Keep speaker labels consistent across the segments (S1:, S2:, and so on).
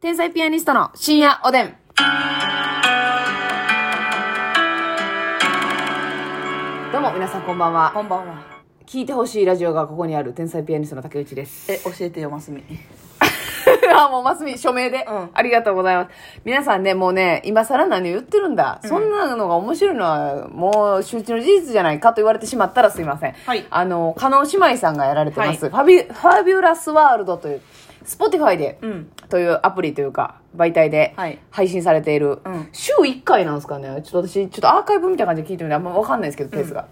S1: 天才ピアニストの深夜おでん。どうも皆さんこんばんは。
S2: こんばんは。
S1: 聞いてほしいラジオがここにある天才ピアニストの竹内です。
S2: え、教えてよ、ますみ。
S1: あ、もう、ますみ、署名で、
S2: うん
S1: ありがとうございます。皆さんね、もうね、今更何を言ってるんだ。そんなのが面白いのは、もう、周知の事実じゃないかと言われてしまったらすいません。
S2: はい
S1: あの、加納姉妹さんがやられてます、ファビ、ファビュラスワールドという、Spotify で、
S2: うん
S1: というアプリというか、媒体で
S2: はい、
S1: 配信されている、
S2: うん
S1: 週1回なんですかね。ちょっと私、ちょっとアーカイブみたいな感じで聞いてみて、あんまわかんないですけど、ペースが。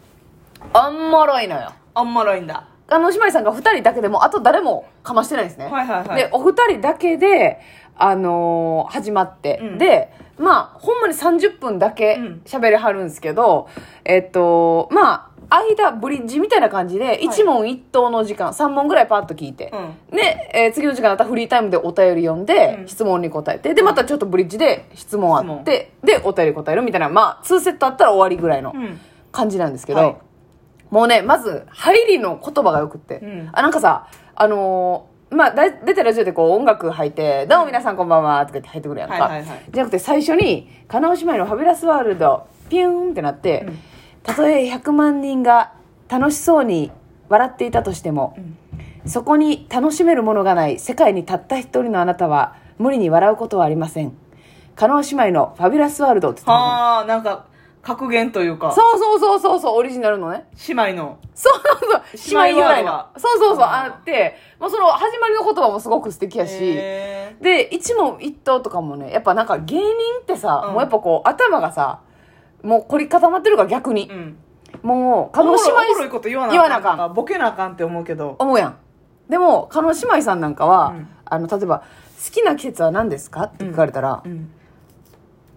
S1: あんまろいのよ。
S2: あんまろいんだ。
S1: あの、姉妹さんが2人だけでも、あと誰もかましてないんですね。
S2: はいはいはい
S1: で、お二人だけで、あのー始まって、
S2: うん
S1: で、まあ、ほんまに30分だけ
S2: うん
S1: 喋りはるんですけど、えっと、まあ、間、ブリッジみたいな感じで、一問一答の時間、3問ぐらいパッと聞いて、で、えー次の時間だったらフリータイムでお便り読んで、
S2: うん
S1: 質問に答えて、で、またちょっとブリッジで質問あって、で、お便り答えるみたいな、まあ、2セットあったら終わりぐらいの
S2: うん。うん。
S1: 感じなんですけど、
S2: はい
S1: もうね、まず、入りの言葉がよくって、
S2: うん
S1: あ、なんかさ、あのーまあ、だ出てるラジオでこう音楽入って、どうも皆さんこんばんは、とか言って入ってくるやんか。
S2: はいはいはい
S1: じゃなくて最初に、カナオ姉妹のファビュラスワールド、ピューンってなって、
S2: うん
S1: たとえ100万人が楽しそうに笑っていたとしても、
S2: うん
S1: そこに楽しめるものがない世界にたった一人のあなたは、無理に笑うことはありません。カナオ姉妹のファビュラスワールドって言ってたの
S2: はあ、なんか、格言というか、
S1: そうそうそうそうそう、オリジナルのね。
S2: 姉妹の。
S1: そうそうそう。姉妹由来
S2: 姉妹
S1: の
S2: は。
S1: そうそうそう、
S2: あー
S1: あって、まあその始まりの言葉もすごく素敵やし、
S2: へ
S1: で、一問一答とかもね、やっぱなんか芸人ってさ、
S2: うん
S1: もうやっぱこう頭がさ、もう凝り固まってるから逆に
S2: ー。う。ん。
S1: もう、
S2: お
S1: 鹿
S2: も
S1: 児
S2: ろい
S1: 島
S2: おもろいこと言わな
S1: 言わなあかん
S2: ん。ボケなあかんって思うけど。
S1: 思うやん。でも、鹿児姉妹さんなんかは、
S2: うん
S1: あの、例えば、好きな季節は何ですかって聞かれたら、
S2: うん。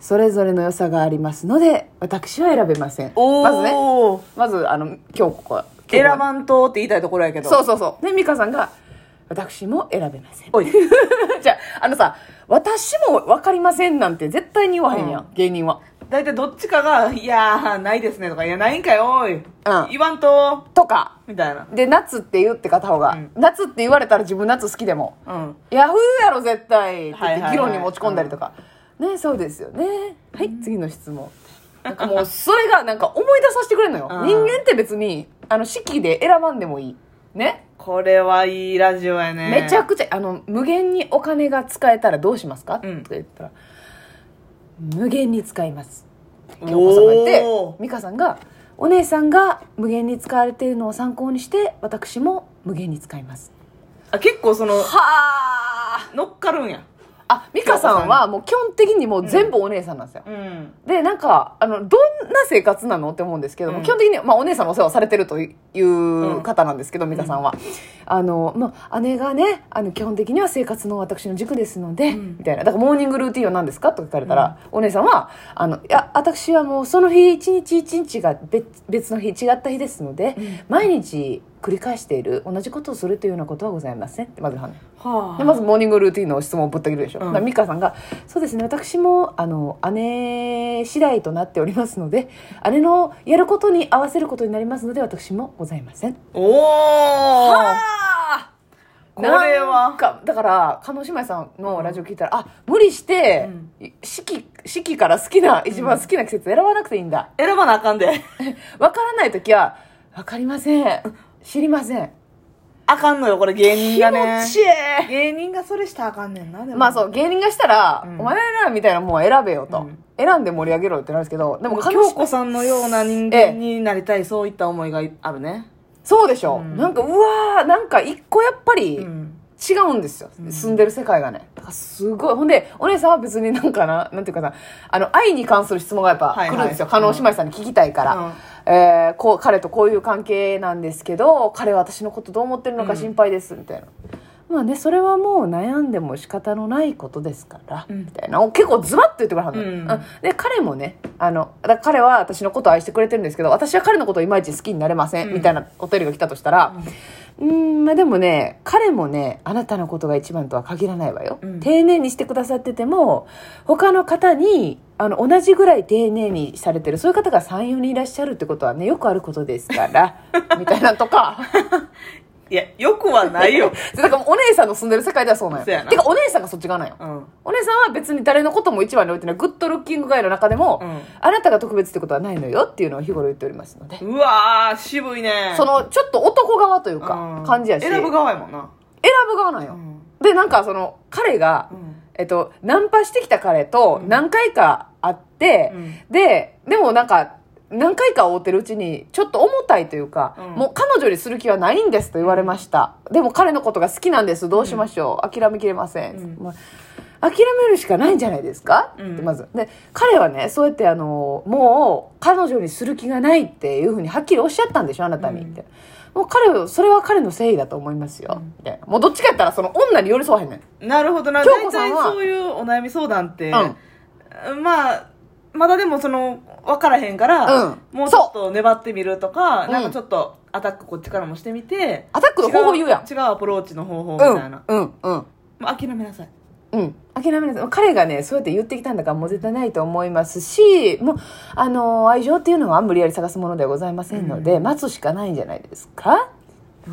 S1: それぞれの良さがありますので、私は選べません。
S2: お
S1: まずね、
S2: お、
S1: まず、あの、今日ここは。
S2: 選ばんとって言いたいところやけど。。
S1: そううそうそう。で、美香さんが、私も選べません。
S2: おい。
S1: じゃあ、あのさ、私も分かりませんなんて絶対に言わへんやん、
S2: う
S1: 芸人は。
S2: だいたいどっちかが、いやー、ないですねとか、いや、ないんかよ、おい。
S1: ん
S2: 言わんと、
S1: とか、
S2: みたいな。
S1: で、夏って言って片方が、
S2: うん
S1: 夏って言われたら自分夏好きでも、
S2: うん。
S1: ヤフーやろ絶対って
S2: は
S1: 言
S2: いはい
S1: っ
S2: は
S1: て議
S2: い
S1: 論に持ち込んだりとか。ね、そうですよね。はい、次の質問。なんかもう、それがなんか思い出させてくれるのよ。
S2: うん
S1: 人間って別に、あの、式で選ばんでもいい。ね。
S2: これはいいラジオやね。
S1: めちゃくちゃ、あの、無限にお金が使えたらどうしますか、
S2: うん
S1: とか言ったら、無限に使います。
S2: おー
S1: 京子さんが言って、美香さんが、お姉さんが無限に使われているのを参考にして、私も無限に使います。
S2: あ結構その、
S1: は
S2: 乗っかるんや。
S1: ああ、美香さんはもう基本的にもう全部お姉さんなんですよ。
S2: うん。
S1: で、なんか、あの、どんな生活なのって思うんですけども、
S2: うん
S1: 基本的に、まあ、お姉さんのお世話をされてるというん方なんですけど、美香さんは。あの、まあ、姉がね、あの、基本的には生活の私の塾ですので、
S2: うん
S1: みたいな。だから、モーニングルーティンは何ですかとか聞かれたら、お姉さんは、あの、いや、私はもう、その日、一日一日が別別の日、違った日ですので、毎日繰り返している、同じことをするというようなことはございません。ってまず反応。
S2: は
S1: でまずモーニングルーティンの質問をぶった切るでしょ、
S2: うん
S1: だから美香さんが「そうですね私もあの姉次第となっておりますので姉のやることに合わせることになりますので私もございません」
S2: おお
S1: あ
S2: これ
S1: なん
S2: は
S1: かだから叶姉妹さんのラジオ聞いたら「あ無理して、四季四季から好きな一番好きな季節選ばなくていいん だ」
S2: 選ばなあかんで
S1: わからない時は「わかりません知りません
S2: あかんのよこれ芸」人
S1: 気
S2: がね
S1: 持ちいい
S2: 芸人がそれしたらあかんねんなでも
S1: まあそう、芸人がしたら、
S2: うん
S1: お前らみたいなもう選べよと、
S2: うん
S1: 選んで盛り上げろよってなるんですけど、でも彼
S2: 京
S1: 女、
S2: 子さんのような人
S1: ええ
S2: 間になりたいそういった思いがあるね
S1: そうでしょ、
S2: うん
S1: なんか、うわー、なんか一個やっぱり
S2: うん
S1: 違うんですよ。住んでる世界がね。だからすごい。ほんで、お姉さんは別になんかな、なんていうかな、あの、愛に関する質問がやっぱ
S2: は
S1: 来
S2: いはい
S1: るんですよ。叶、姉妹さんに聞きたいから。
S2: うん
S1: えーこう彼とこういう関係なんですけど彼は私のことどう思ってるのか心配です、みたいなまあねそれはもう悩んでも仕方のないことですから、
S2: うん
S1: みたいな結構ズバッと言ってくれはんのよ、
S2: うん
S1: で彼もねあのだから彼は私のことを愛してくれてるんですけど私は彼のことをいまいち好きになれません、
S2: うん
S1: みたいなお便りが来たとしたらうんんまあでもね彼もねあなたのことが一番とは限らないわよ、
S2: うん
S1: 丁寧にしてくださってても他の方にあの同じぐらい丁寧にされてるそういう方が34人いらっしゃるってことはねよくあることですからみたいなとか
S2: いや、よくはな いよ。
S1: だからお姉さんの住んでる世界ではそうなんよ
S2: そうやな
S1: てかお姉さんがそっち側なんよ、
S2: うん。
S1: お姉さんは別に誰のことも一番に置いてないグッドルッキングガイの中でも、
S2: うん
S1: あなたが特別ってことはないのよっていうのを日頃言っておりますので、
S2: うわー、渋いね。
S1: そのちょっと男側という
S2: う
S1: か
S2: ん
S1: 感じやし、
S2: 選ぶ側やもんな。
S1: 選ぶ側なんよ、
S2: うん。
S1: でなんかその彼が、
S2: うん
S1: えっと、ナンパしてきた彼と
S2: うん
S1: 何回か会って、
S2: うん
S1: ででもなんか何回か会うてるうちにちょっと重たいというか、
S2: うん
S1: もう彼女にする気はないんですと言われましたでも彼のことが好きなんですどうしましょう、諦めきれません、
S2: うん
S1: まあ諦めるしかないんじゃないですか、
S2: うん
S1: ってまずで彼はねそうやってあのもう彼女にする気がないっていうふうにはっきりおっしゃったんでしょあなたに、
S2: うん
S1: ってもう彼はそれは彼の誠意だと思いますよ、
S2: うん
S1: みたいなもうどっちかやったらその女に寄り添わへんねん
S2: なるほどな。
S1: 京子
S2: 大
S1: さん
S2: 体
S1: は
S2: そういうお悩み相談って、
S1: う
S2: まあ、まだでもその、分からへんから、
S1: うん
S2: もうちょっと粘ってみるとか、
S1: うん
S2: なんかちょっとアタックこっちからもしてみて、
S1: アタックの方法言うやん
S2: 違う違うアプローチの方法み
S1: う
S2: たい
S1: ん
S2: な。
S1: うんうん
S2: まあ、諦めなさい。
S1: うん、諦めない彼がねそうやって言ってきたんだからもう絶対ないと思いますしもうあの愛情っていうのは無理やり探すものではございませんので、待つしかないんじゃないですか、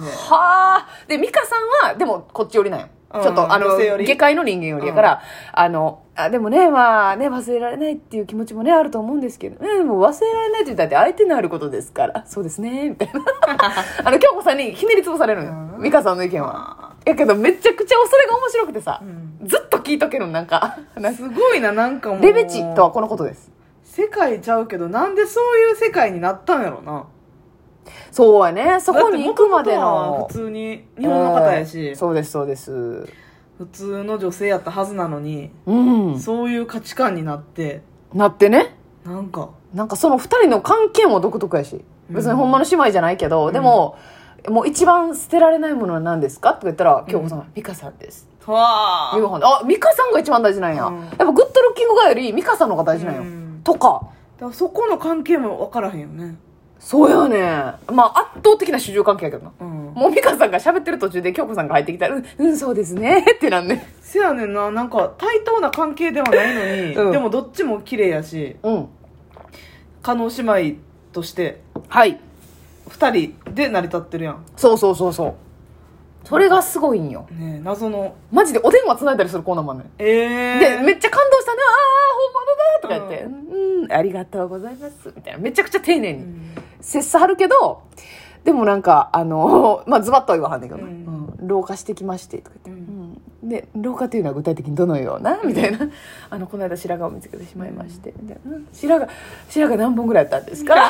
S1: はあで美香さんはでもこっち寄りなんよ、
S2: うん
S1: ちょっとあの
S2: 女性寄り
S1: 下界の人間よりやから、あのあでもねまあね忘れられないっていう気持ちもねあると思うんですけど、ね、でも忘れられないって言ったって相手のあることですからそうですねみたい なあの京子さんにひねり潰されるのよ、
S2: うん
S1: 美香さんの意見は。
S2: あ
S1: やけどめちゃくちゃそれが面白くてさ、
S2: うん
S1: ずっと聞いとけるのなんか
S2: ーすごいな、なんかもう。
S1: レベチとはこのことです
S2: 世界ちゃうけど、なんでそういう世界になったんやろな。
S1: そうやねそこに行くまで
S2: だっ
S1: の
S2: て元々は普通に、日本の方やし、
S1: えーそうですそうです
S2: 普通の女性やったはずなのに、
S1: うん
S2: そういう価値観になって、
S1: なってね
S2: なんか、
S1: なんかその2人の関係も独特やし別にほんまの姉妹じゃないけど、
S2: うん
S1: でももう一番捨てられないものは何ですかとか言ったら京子さんは「美香さんです」
S2: わ
S1: 夕
S2: ー
S1: 飯であ美香さんが一番大事なんや、
S2: うん
S1: やっぱグッドルッキングガーより美香さんの方が大事なんよ、
S2: うん
S1: とか
S2: だからそこの関係も分からへんよね
S1: そうやねまあ圧倒的な主従関係やけどな
S2: うん
S1: もう美香さんが喋ってる途中で京子さんが入ってきたら「うん、うん、そうですね」 ってなんね
S2: せやねんななんか対等な関係ではないの に、
S1: うん
S2: でもどっちも綺麗やし
S1: うん
S2: 加納姉妹として
S1: はい
S2: 2人で成り立ってるやん
S1: そうそうそうそうそれがすごいんよ
S2: ねえ謎の
S1: マジでお電話つないだりするコーナーもあるのよ
S2: え
S1: で
S2: え
S1: めっちゃ感動したねああ本物だとか言って「うん、うんありがとうございます」みたいなめちゃくちゃ丁寧に、切磋張るけどでもなんかあのまあズバッとは言わはんねんけど、
S2: うん
S1: うん老化してきましてとか言って、
S2: う
S1: うんで老化というのは具体的にどのようなみたいな 「あのこの間白髪を見つけてしまいまして」みたいなうん「白髪白髪何本ぐらいあったんですか?み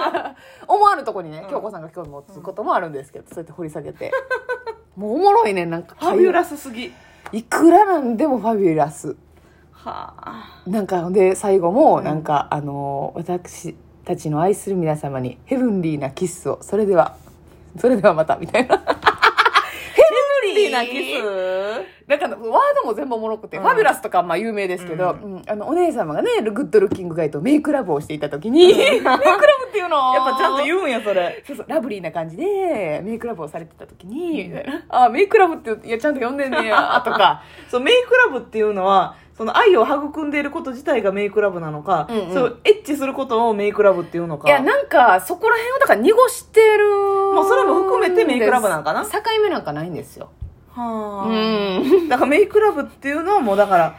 S1: たいな」 思わぬとこにね
S2: うん
S1: 京子さんが興味持つこともあるんですけどそうやって掘り下げて もうおもろいねなんか
S2: ファビュラスすぎ
S1: いくらなんでもファビュラス。
S2: はあ
S1: なんかで最後も
S2: ん
S1: なんか、あの私たちの愛する皆様にヘブンリーなキスをそれではそれではまたみたい な
S2: 無
S1: 理なキなんかワードも全部おもろくて、
S2: うん
S1: ファビュラスとかまあ有名ですけど、
S2: う
S1: うんあのお姉様がねグッドルッキングガイとメイクラブをしていた時に、メイクラブっていう のを
S2: やっぱちゃんと言うんやそれ
S1: そうそうラブリーな感じでメイクラブをされてた時に、みたいなあメイクラブっていやちゃんと呼んでんね やとか
S2: そうメイクラブっていうのはその愛を育んでいること自体がメイクラブなのか、
S1: うんうん
S2: そうエッチすることをメイクラブっていうのか
S1: いやなんかそこら辺をだから濁してる
S2: もうそれも含めてメイクラブなんかな
S1: 境目なんかないんですよ
S2: はあ、
S1: うん
S2: だからメイクラブっていうのはもうだから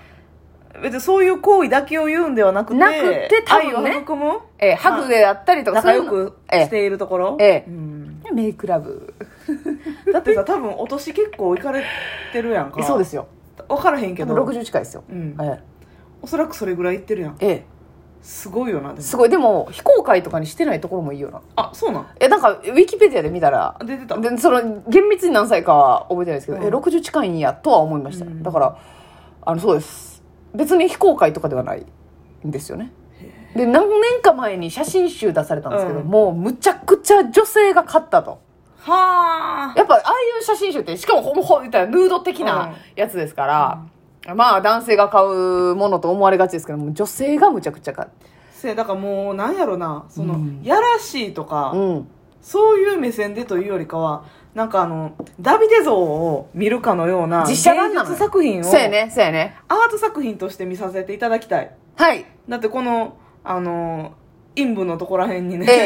S2: 別にそういう行為だけを言うんではなくて
S1: なくて多分ね
S2: 愛を含む
S1: えーハグであったりとか
S2: 仲良
S1: そういう
S2: く
S1: のえ
S2: しているところ、
S1: ええ
S2: うん
S1: ーメイクラブ
S2: だってさ多分お年結構いかれてるやんか
S1: そうですすよ
S2: 分からへんけ
S1: で
S2: ど
S1: も60近いですよ、
S2: うん
S1: えー
S2: おそらくそれぐらいいってるやん
S1: え
S2: すごいよなで
S1: ー
S2: も
S1: すごいでも非公開とかにしてないところもいいよな
S2: あそうなん
S1: えなんかウィキペディアで見たら
S2: あ出てた
S1: でその厳密に何歳かは覚えてないですけど、
S2: うん
S1: え60近いんやとは思いました、
S2: うん
S1: だからあのそうです別に非公開とかではないんですよねで何年か前に写真集出されたんですけど、
S2: うん
S1: もうむちゃくちゃ女性が勝ったと
S2: はあ
S1: やっぱああいう写真集ってしかもほぼほぼ言ったらヌード的なやつですから、まあ男性が買うものと思われがちですけども女性がむちゃくちゃ買って
S2: せだからもうなんやろなその、
S1: うん
S2: やらしいとか、
S1: うん
S2: そういう目線でというよりかはなんかあのダビデ像を見るかのような
S1: 実写版なのよ
S2: 芸術作品を
S1: そうやねそうやね
S2: アート作品として見させていただきたい
S1: はい
S2: だってこのあの陰部のとこら辺
S1: え
S2: に
S1: ええ
S2: ね、
S1: ええ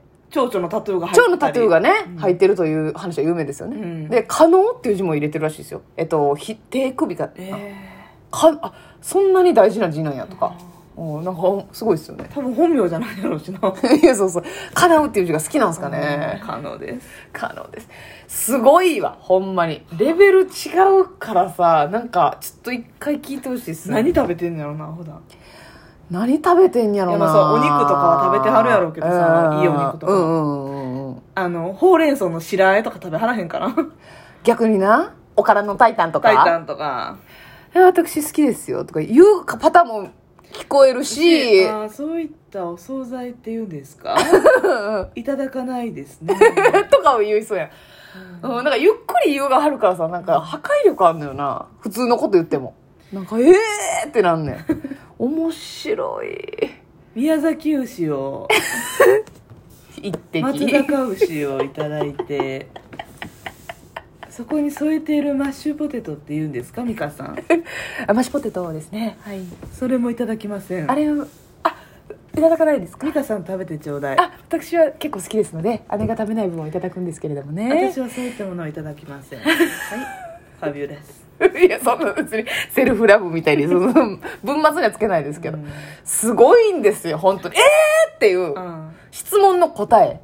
S1: え
S2: 蝶々のタトゥーが入ったり
S1: 蝶のタトゥーがね、
S2: うん
S1: 入ってるという話は有名ですよね。
S2: うん
S1: で、可能っていう字も入れてるらしいですよ。えっと、ひ手首が、
S2: え
S1: かあ、そんなに大事な字なんやとか。
S2: ー
S1: うん、なんか、すごいですよね。
S2: 多分本名じゃないだろうしなで
S1: いや、そうそう。叶うっていう字が好きなんですかね。
S2: 可能です
S1: 可能です。すごいわ、ほんまに。レベル違うからさ、なんか、ちょっと一回聞いてほしいっす、ね。
S2: 何食べてんのやろな普段
S1: 何食べてんやろ
S2: いやま
S1: な。
S2: あそうお肉とかは食べてはるやろうけどさいいお肉とか
S1: うんうんうんうん。
S2: あのほうれん草の白あえとか食べはらへんかな
S1: 逆にな、おからのタイタンとか。
S2: タイタンとか
S1: え私好きですよとか言うパターンも聞こえるし、
S2: あーそういったお惣菜っていうんですかいただかないですね
S1: とかを言いそうやん。うん、なんかゆっくり言うがあるからさ、なんか破壊力あんのよな。普通のこと言っても。なんか、えーってなん ねん。面白い。
S2: 宮崎牛を
S1: 一
S2: 松
S1: 滴。
S2: 阪牛をいただいてそこに添えているマッシュポテトって言うんですか美香さん
S1: あ、マッシュポテトですね。はい。
S2: それもいただきません
S1: あれ、あ、いただかないですか
S2: 美香さん食べてちょうだい
S1: あ、私は結構好きですので、姉が食べない分をいただくんですけれどもね
S2: 私。はそういったものはいただ きませんはいファビュラス
S1: いや、そんな別にセルフラブみ たいに、その、文末にはつけないですけど
S2: うん。
S1: すごいんですよ、本当に。えーっていう
S2: う。ん、
S1: 質問の答え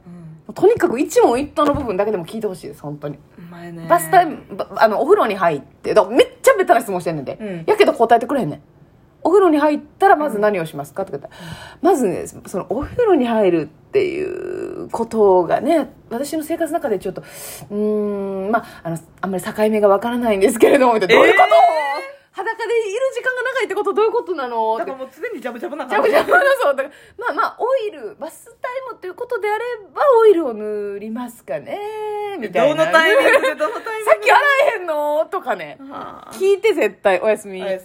S2: うん
S1: とにかく一問一答の部分だけでも聞いてほしいです本当に
S2: うまいね
S1: バスタイムばあのお風呂に入ってだからめっちゃベタな質問してんねんで、
S2: うん
S1: やけど答えてくれへんねんお風呂に入ったらまず何をしますかって言ったら、まずねそのお風呂に入るっていうことがね私の生活の中でちょっとうーんまああのあんまり境目がわからないんですけれどもみたいな、どういうこと裸でいる時間が長いってことどういうことなの
S2: だ
S1: って
S2: からもう常にジャブジャブな
S1: ちゃ
S2: 感
S1: く
S2: じ
S1: ちゃそうだからまあまあオイルバスタイムということであればオイルを塗りますかねみたい
S2: ど
S1: な
S2: のタイミングでどのタイミング
S1: さっき洗えへんのとかね
S2: き
S1: 聞いて絶対おやすみ
S2: おやすみ